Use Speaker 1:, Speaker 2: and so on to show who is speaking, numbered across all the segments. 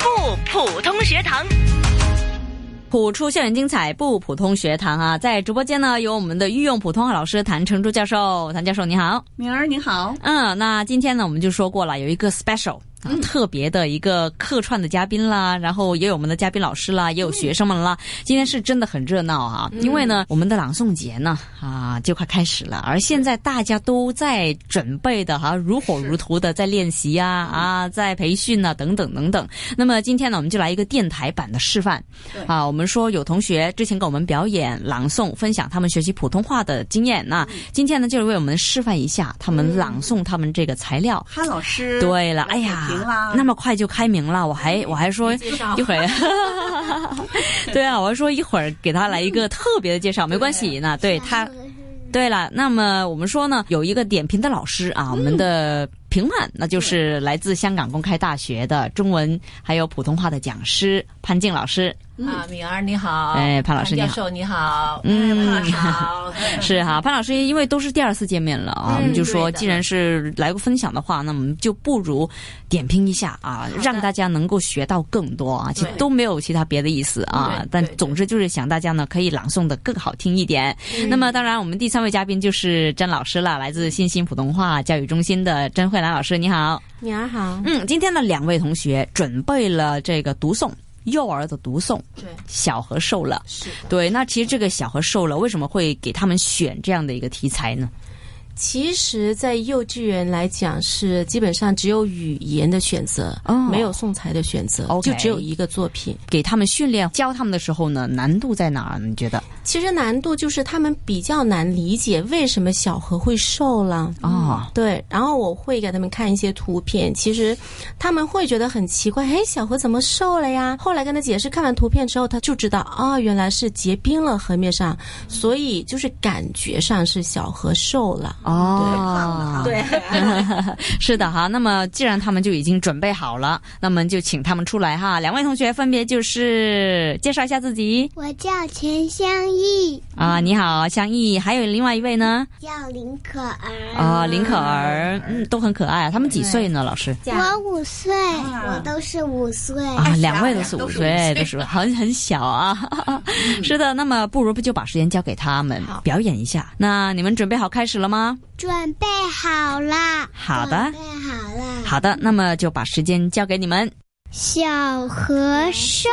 Speaker 1: 普通学堂。
Speaker 2: 普出校园精彩不普通学堂啊，在直播间呢有我们的御用普通话老师谭成珠教授，谭教授你好。
Speaker 3: 敏儿你好，
Speaker 2: 嗯，那今天呢我们就说过了，有一个 special。啊、
Speaker 3: 嗯
Speaker 2: 特别的一个客串的嘉宾啦，然后也有我们的嘉宾老师
Speaker 3: 嗯
Speaker 2: 啦，也有学生们啦。今天是真的很热闹啊，因为呢，我们的朗诵节呢啊就快开始了，而现在大家都在准备的哈、如火如荼的在练习啊啊，在培训啊等等等等。那么今天呢，我们就来一个电台版的示范
Speaker 3: 对
Speaker 2: 啊。我们说有同学之前给我们表演朗诵，分享他们学习普通话的经验，
Speaker 3: 嗯
Speaker 2: 那今天呢，就是为我们示范一下他们朗诵他们这个材料。
Speaker 3: 哈老师。
Speaker 2: 对了，
Speaker 3: 来
Speaker 2: 哎呀
Speaker 3: 点评啦，哎
Speaker 2: 那么快就开明了，我还我还说
Speaker 4: 介绍
Speaker 2: 一会儿， 对啊，我还说一会儿给他来一个特别的介绍，没关系，那对他，对了，那么我们说呢，有一个点评的老师啊，我们的评判那就是来自香港公开大学的中文还有普通话的讲师潘静老师，
Speaker 4: 啊，敏儿你好，
Speaker 2: 嗯哎潘老师
Speaker 4: 教
Speaker 2: 你好
Speaker 4: 授你好，
Speaker 2: 嗯
Speaker 5: 哎
Speaker 4: 嗯，潘老师好，
Speaker 2: 是哈，潘老师，因为都是第二次见面了啊，
Speaker 4: 嗯
Speaker 2: 我们就说，
Speaker 4: 对的
Speaker 2: 既然是来个分享的话，那我们就不如点评一下啊，
Speaker 4: 的
Speaker 2: 让大家能够学到更多啊。其实
Speaker 4: 对
Speaker 2: 都没有其他别的意思啊
Speaker 4: 对，
Speaker 2: 但
Speaker 4: 对对
Speaker 2: 总之就是想大家呢可以朗诵的更好听一点。
Speaker 4: 嗯
Speaker 2: 那么，当然我们第三位嘉宾就是詹老师了，来自新兴普通话教育中心的詹慧兰老师，你好。
Speaker 5: 女儿好，
Speaker 2: 嗯，今天呢，两位同学准备了这个读诵。幼儿的读诵，
Speaker 4: 对，
Speaker 2: 小和瘦了，
Speaker 4: 是的，
Speaker 2: 对，那其实这个小和瘦了，为什么会给他们选这样的一个题材呢？
Speaker 5: 其实，在幼稚园来讲是基本上只有语言的选择，
Speaker 2: 哦
Speaker 5: 没有送材的选择
Speaker 2: OK
Speaker 5: 就只有一个作品。
Speaker 2: 给他们训练、教他们的时候呢，难度在哪儿？你觉得？
Speaker 5: 其实难度就是他们比较难理解为什么小何会瘦了。
Speaker 2: 哦，
Speaker 5: 对，然后我会给他们看一些图片，其实他们会觉得很奇怪，哎，小何怎么瘦了呀？后来跟他解释，看完图片之后，他就知道，哦，原来是结冰了河面上，所以就是感觉上是小何瘦了。
Speaker 2: 嗯哦，
Speaker 3: 对，
Speaker 2: 是的哈。那么，既然他们就已经准备好了，那么就请他们出来哈。两位同学分别就是介绍一下自己
Speaker 6: 我叫钱香溢，
Speaker 2: 啊，你好，香溢，还有另外一位呢
Speaker 6: 叫林可儿，
Speaker 2: 啊，林可儿，嗯，都很可爱。他们几岁呢？老师
Speaker 6: 我五岁，我都是五岁。
Speaker 2: 啊，两位都是
Speaker 3: 都
Speaker 2: 五
Speaker 3: 是
Speaker 2: 岁，哎都是很很小啊。 是的，那么不如就把时间交给他们表演一下。那你们准备好开始了吗？
Speaker 6: 准备好啦，
Speaker 2: 好的
Speaker 6: 准备好啦。
Speaker 2: 好的，那么就把时间交给你们。
Speaker 6: 小河瘦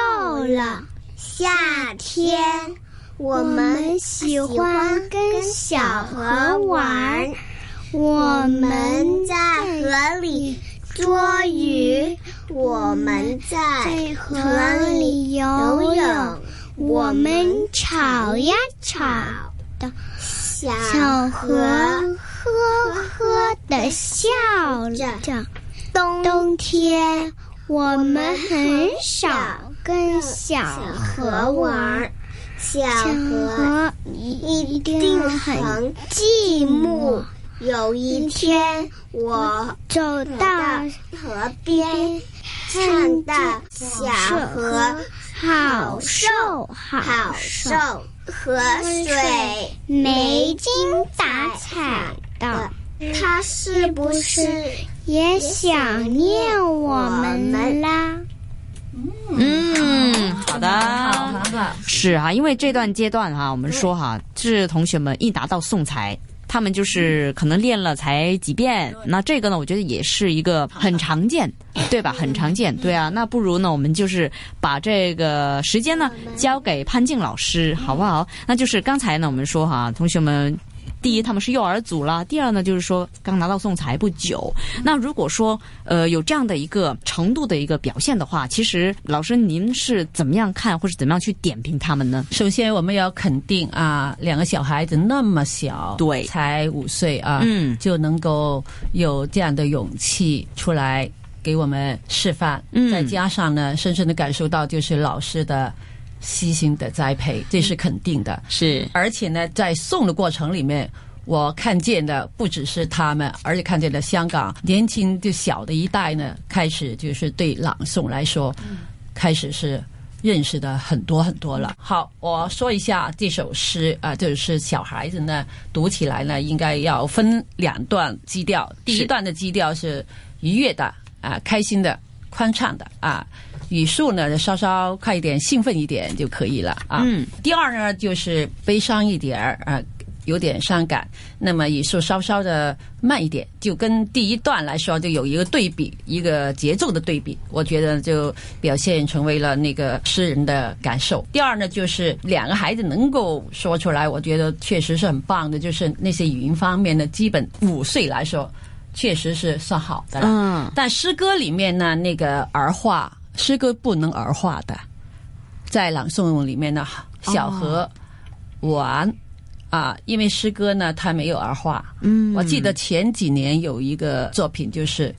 Speaker 6: 了，夏天我们喜欢跟小河玩，我们在河里捉鱼，我们在河里游泳，我们吵呀吵的，小河呵呵的笑着。冬冬天我们很少跟小河玩儿，小河一定很寂寞。有一天，我走到河边，看到小河好瘦好瘦，河水没精打采的。它是不是也想念我们啦？
Speaker 2: 嗯，好的，
Speaker 4: 好，好的，
Speaker 2: 是啊，因为这段阶段哈、我们说哈、是同学们一拿到送材。他们就是可能练了才几遍，那这个呢，我觉得也是一个很常见，对吧？很常见，对啊。那不如呢，我们就是把这个时间呢交给潘静老师，好不好？那就是刚才呢，我们说哈、同学们，第一他们是幼儿组啦，第二呢就是说刚拿到送材不久。那如果说呃有这样的一个程度的一个表现的话，其实老师您是怎么样看，或是怎么样去点评他们呢？
Speaker 4: 首先我们要肯定啊，两个小孩子那么小，
Speaker 2: 对
Speaker 4: 才五岁啊，
Speaker 2: 嗯
Speaker 4: 就能够有这样的勇气出来给我们示范，
Speaker 2: 嗯
Speaker 4: 再加上呢，深深的感受到就是老师的悉心的栽培，这是肯定的，
Speaker 2: 是
Speaker 4: 而且呢，在送的过程里面，我看见的不只是他们，而且看见了香港年轻就小的一代呢，开始就是对朗诵来说，开始是。认识的很多很多了。好，我说一下这首诗啊、就是小孩子呢读起来呢，应该要分两段基调。第一段的基调是愉悦的啊、开心的、宽敞的啊；语速呢稍稍快一点，兴奋一点就可以了啊。
Speaker 2: 嗯。
Speaker 4: 第二呢，就是悲伤一点儿啊、呃有点伤感，那么语速稍稍的慢一点，就跟第一段来说就有一个对比，一个节奏的对比，我觉得就表现成为了那个诗人的感受。第二呢，就是两个孩子能够说出来，我觉得确实是很棒的，就是那些语音方面的基本五岁来说，确实是算好的了。
Speaker 2: 嗯，
Speaker 4: 但诗歌里面呢，那个儿化，诗歌不能儿化的，在朗诵里面呢，小
Speaker 2: 哦
Speaker 4: 和晚、啊，因为诗歌呢它没有儿化。
Speaker 2: 嗯，
Speaker 4: 我记得前几年有一个作品就是。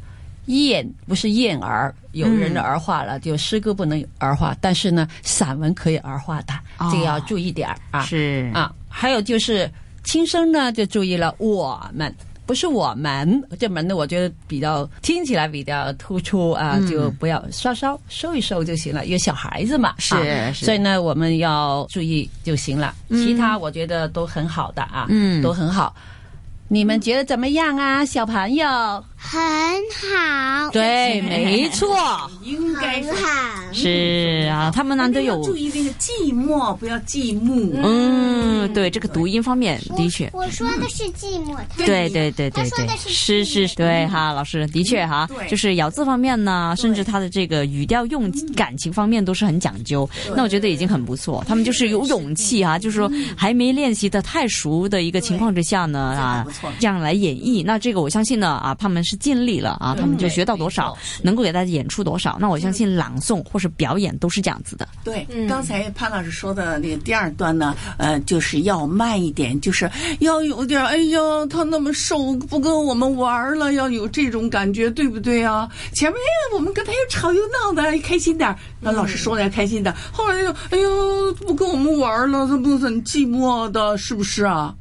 Speaker 4: 燕不是燕儿，有人儿化了，就诗歌不能儿化，但是呢，散文可以儿化的，
Speaker 2: 哦
Speaker 4: 这个要注意点儿啊。
Speaker 2: 是，
Speaker 4: 啊，还有就是轻声呢，就注意了我们。不是我们这门呢，我觉得比较听起来比较突出啊，
Speaker 2: 嗯
Speaker 4: 就不要稍稍收一收就行了，因为小孩子嘛，
Speaker 2: 是
Speaker 4: 啊
Speaker 2: 是
Speaker 4: 所以呢，我们要注意就行了。其他我觉得都很好的啊，
Speaker 2: 嗯
Speaker 4: 都很好。你们觉得怎么样啊，小朋友？
Speaker 6: 很好，
Speaker 4: 对，没错，
Speaker 1: 应该
Speaker 6: 很好。
Speaker 2: 是啊，他们难得有
Speaker 1: 要，注意那个寂寞，不要寂寞。
Speaker 2: 嗯，对这个读音方面的确。
Speaker 6: 我说的是寂寞，他
Speaker 2: 对对对
Speaker 6: 他
Speaker 2: 对
Speaker 6: 说
Speaker 2: 对
Speaker 6: 的，是
Speaker 2: 是是，对哈，老师的确哈
Speaker 1: 对，
Speaker 2: 就是咬字方面呢，甚至他的这个语调用感情方面都是很讲究。那我觉得已经很不错，他们就是有勇气哈，就是说还没练习的太熟的一个情况之下呢啊
Speaker 1: 这个不错，
Speaker 2: 这样来演绎。那这个我相信呢啊，他们是尽力了啊，他们就学到多少
Speaker 4: 对，
Speaker 2: 能够给大家演出多少。那我相信朗诵或是表演都是这样子的。！
Speaker 1: 对，刚才潘老师说的那个第二段呢，呃，就是要慢一点，就是要有点，哎呀，他那么瘦，不跟我们玩了，要有这种感觉，对不对啊？前面哎，我们跟他又吵又闹的，哎开心点儿，那老师说的开心点儿，后来又，哎呦，不跟我们玩了，他不是很寂寞的，是不是啊？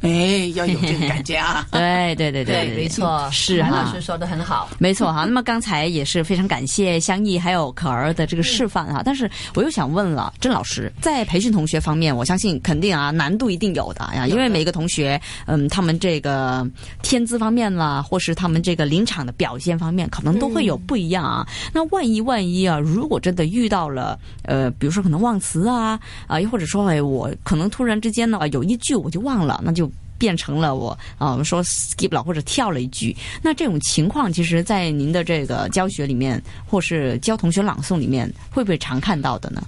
Speaker 1: 哎，要有这个感觉啊
Speaker 2: 对对对对，
Speaker 4: 没错，
Speaker 2: 是啊
Speaker 4: 韩
Speaker 2: 哈
Speaker 4: 老师说的很好。
Speaker 2: 没错哈，那么刚才也是非常感谢香溢还有可儿的这个示范哈，但是我又想问了，郑老师在培训同学方面，我相信肯定啊难度一定有的呀，因为每个同学嗯他们这个天资方面啦，或是他们这个临场的表现方面，可能都会有不一样啊。那万一万一啊，如果真的遇到了呃，比如说可能忘词啊啊，又或者说哎我可能突然之间呢啊有一句我就忘了，那就变成了我啊，我们说 skip 了或者跳了一句。那这种情况，其实，在您的这个教学里面，或是教同学朗诵里面，会不会常看到的呢？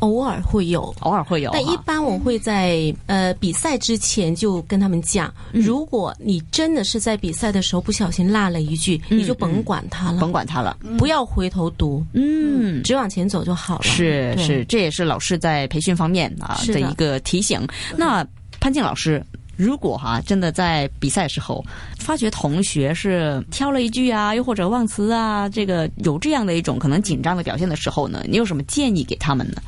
Speaker 5: 偶尔会有。
Speaker 2: 偶尔会有啊哈，
Speaker 5: 但一般我会在呃比赛之前就跟他们讲，
Speaker 2: 嗯
Speaker 5: 如果你真的是在比赛的时候不小心落了一句，
Speaker 2: 嗯
Speaker 5: 你就甭管它了，
Speaker 2: 甭管他了。
Speaker 5: 不要回头读，
Speaker 2: 嗯，
Speaker 5: 只往前走就好了。
Speaker 2: 是
Speaker 5: 对
Speaker 2: 是，这也是老师在培训方面啊
Speaker 5: 是
Speaker 2: 的
Speaker 5: 的
Speaker 2: 一个提醒。那潘静老师。如果哈、真的在比赛时候发觉同学是挑了一句啊，又或者忘词啊，这个有这样的一种可能紧张的表现的时候呢，你有什么建议给他们呢？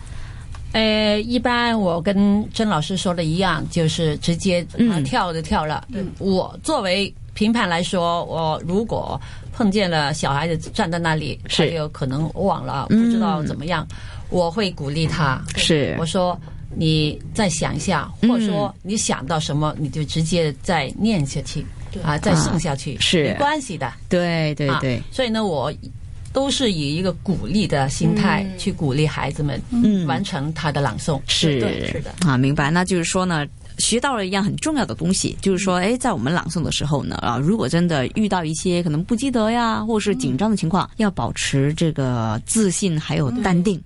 Speaker 4: 呃，一般我跟甄老师说的一样，就是直接啊
Speaker 2: 嗯
Speaker 4: 跳就跳了。我作为评判来说，我如果碰见了小孩子站在那里，他
Speaker 2: 是嗯
Speaker 4: 就可能忘了，不知道怎么样，我会鼓励他。
Speaker 2: 是
Speaker 4: 我说你再想一下，或者
Speaker 2: 嗯
Speaker 4: 说你想到什么，你就直接再念下去啊，再送下去，
Speaker 2: 是
Speaker 4: 没关系的。
Speaker 2: 对对
Speaker 4: 啊
Speaker 2: 对，
Speaker 4: 所以呢，我都是以一个鼓励的心态
Speaker 2: 嗯
Speaker 4: 去鼓励孩子们完成他的朗诵。
Speaker 2: 是
Speaker 4: 对，是的。
Speaker 2: 啊，明白。那就是说呢，学到了一样很重要的东西，就是
Speaker 4: 嗯
Speaker 2: 说，哎，在我们朗诵的时候呢，啊，如果真的遇到一些可能不记得呀，或是紧张的情
Speaker 4: 嗯
Speaker 2: 况，要保持这个自信还有淡定。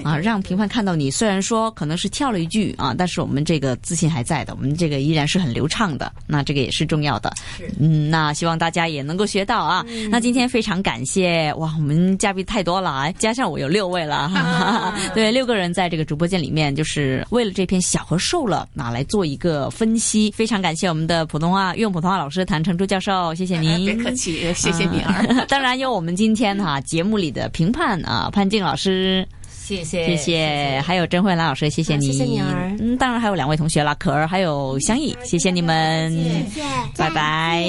Speaker 2: 啊，让评判看到你，虽然说可能是跳了一句啊，但是我们这个自信还在的，我们这个依然是很流畅的，那这个也是重要的。嗯，那希望大家也能够学到啊。
Speaker 1: 嗯
Speaker 2: 那今天非常感谢哇，我们嘉宾太多了啊，加上我有六位了，哈哈 哈。 对，六个人在这个直播间里面，就是为了这篇《小和瘦了》那来做一个分析。非常感谢我们的普通话用普通话老师谭成珠教授，谢谢您，
Speaker 1: 别客气，谢谢你啊。
Speaker 2: 啊。 当然有我们今天哈、节目里的评判啊，潘静老师。
Speaker 4: 谢谢，
Speaker 2: 谢谢，还有甄慧兰老师，谢谢
Speaker 5: 啊
Speaker 2: 你，
Speaker 5: 谢谢你儿
Speaker 2: 嗯，当然还有两位同学啦，可儿还有香溢，谢谢你们，
Speaker 6: 谢谢，
Speaker 2: 拜拜。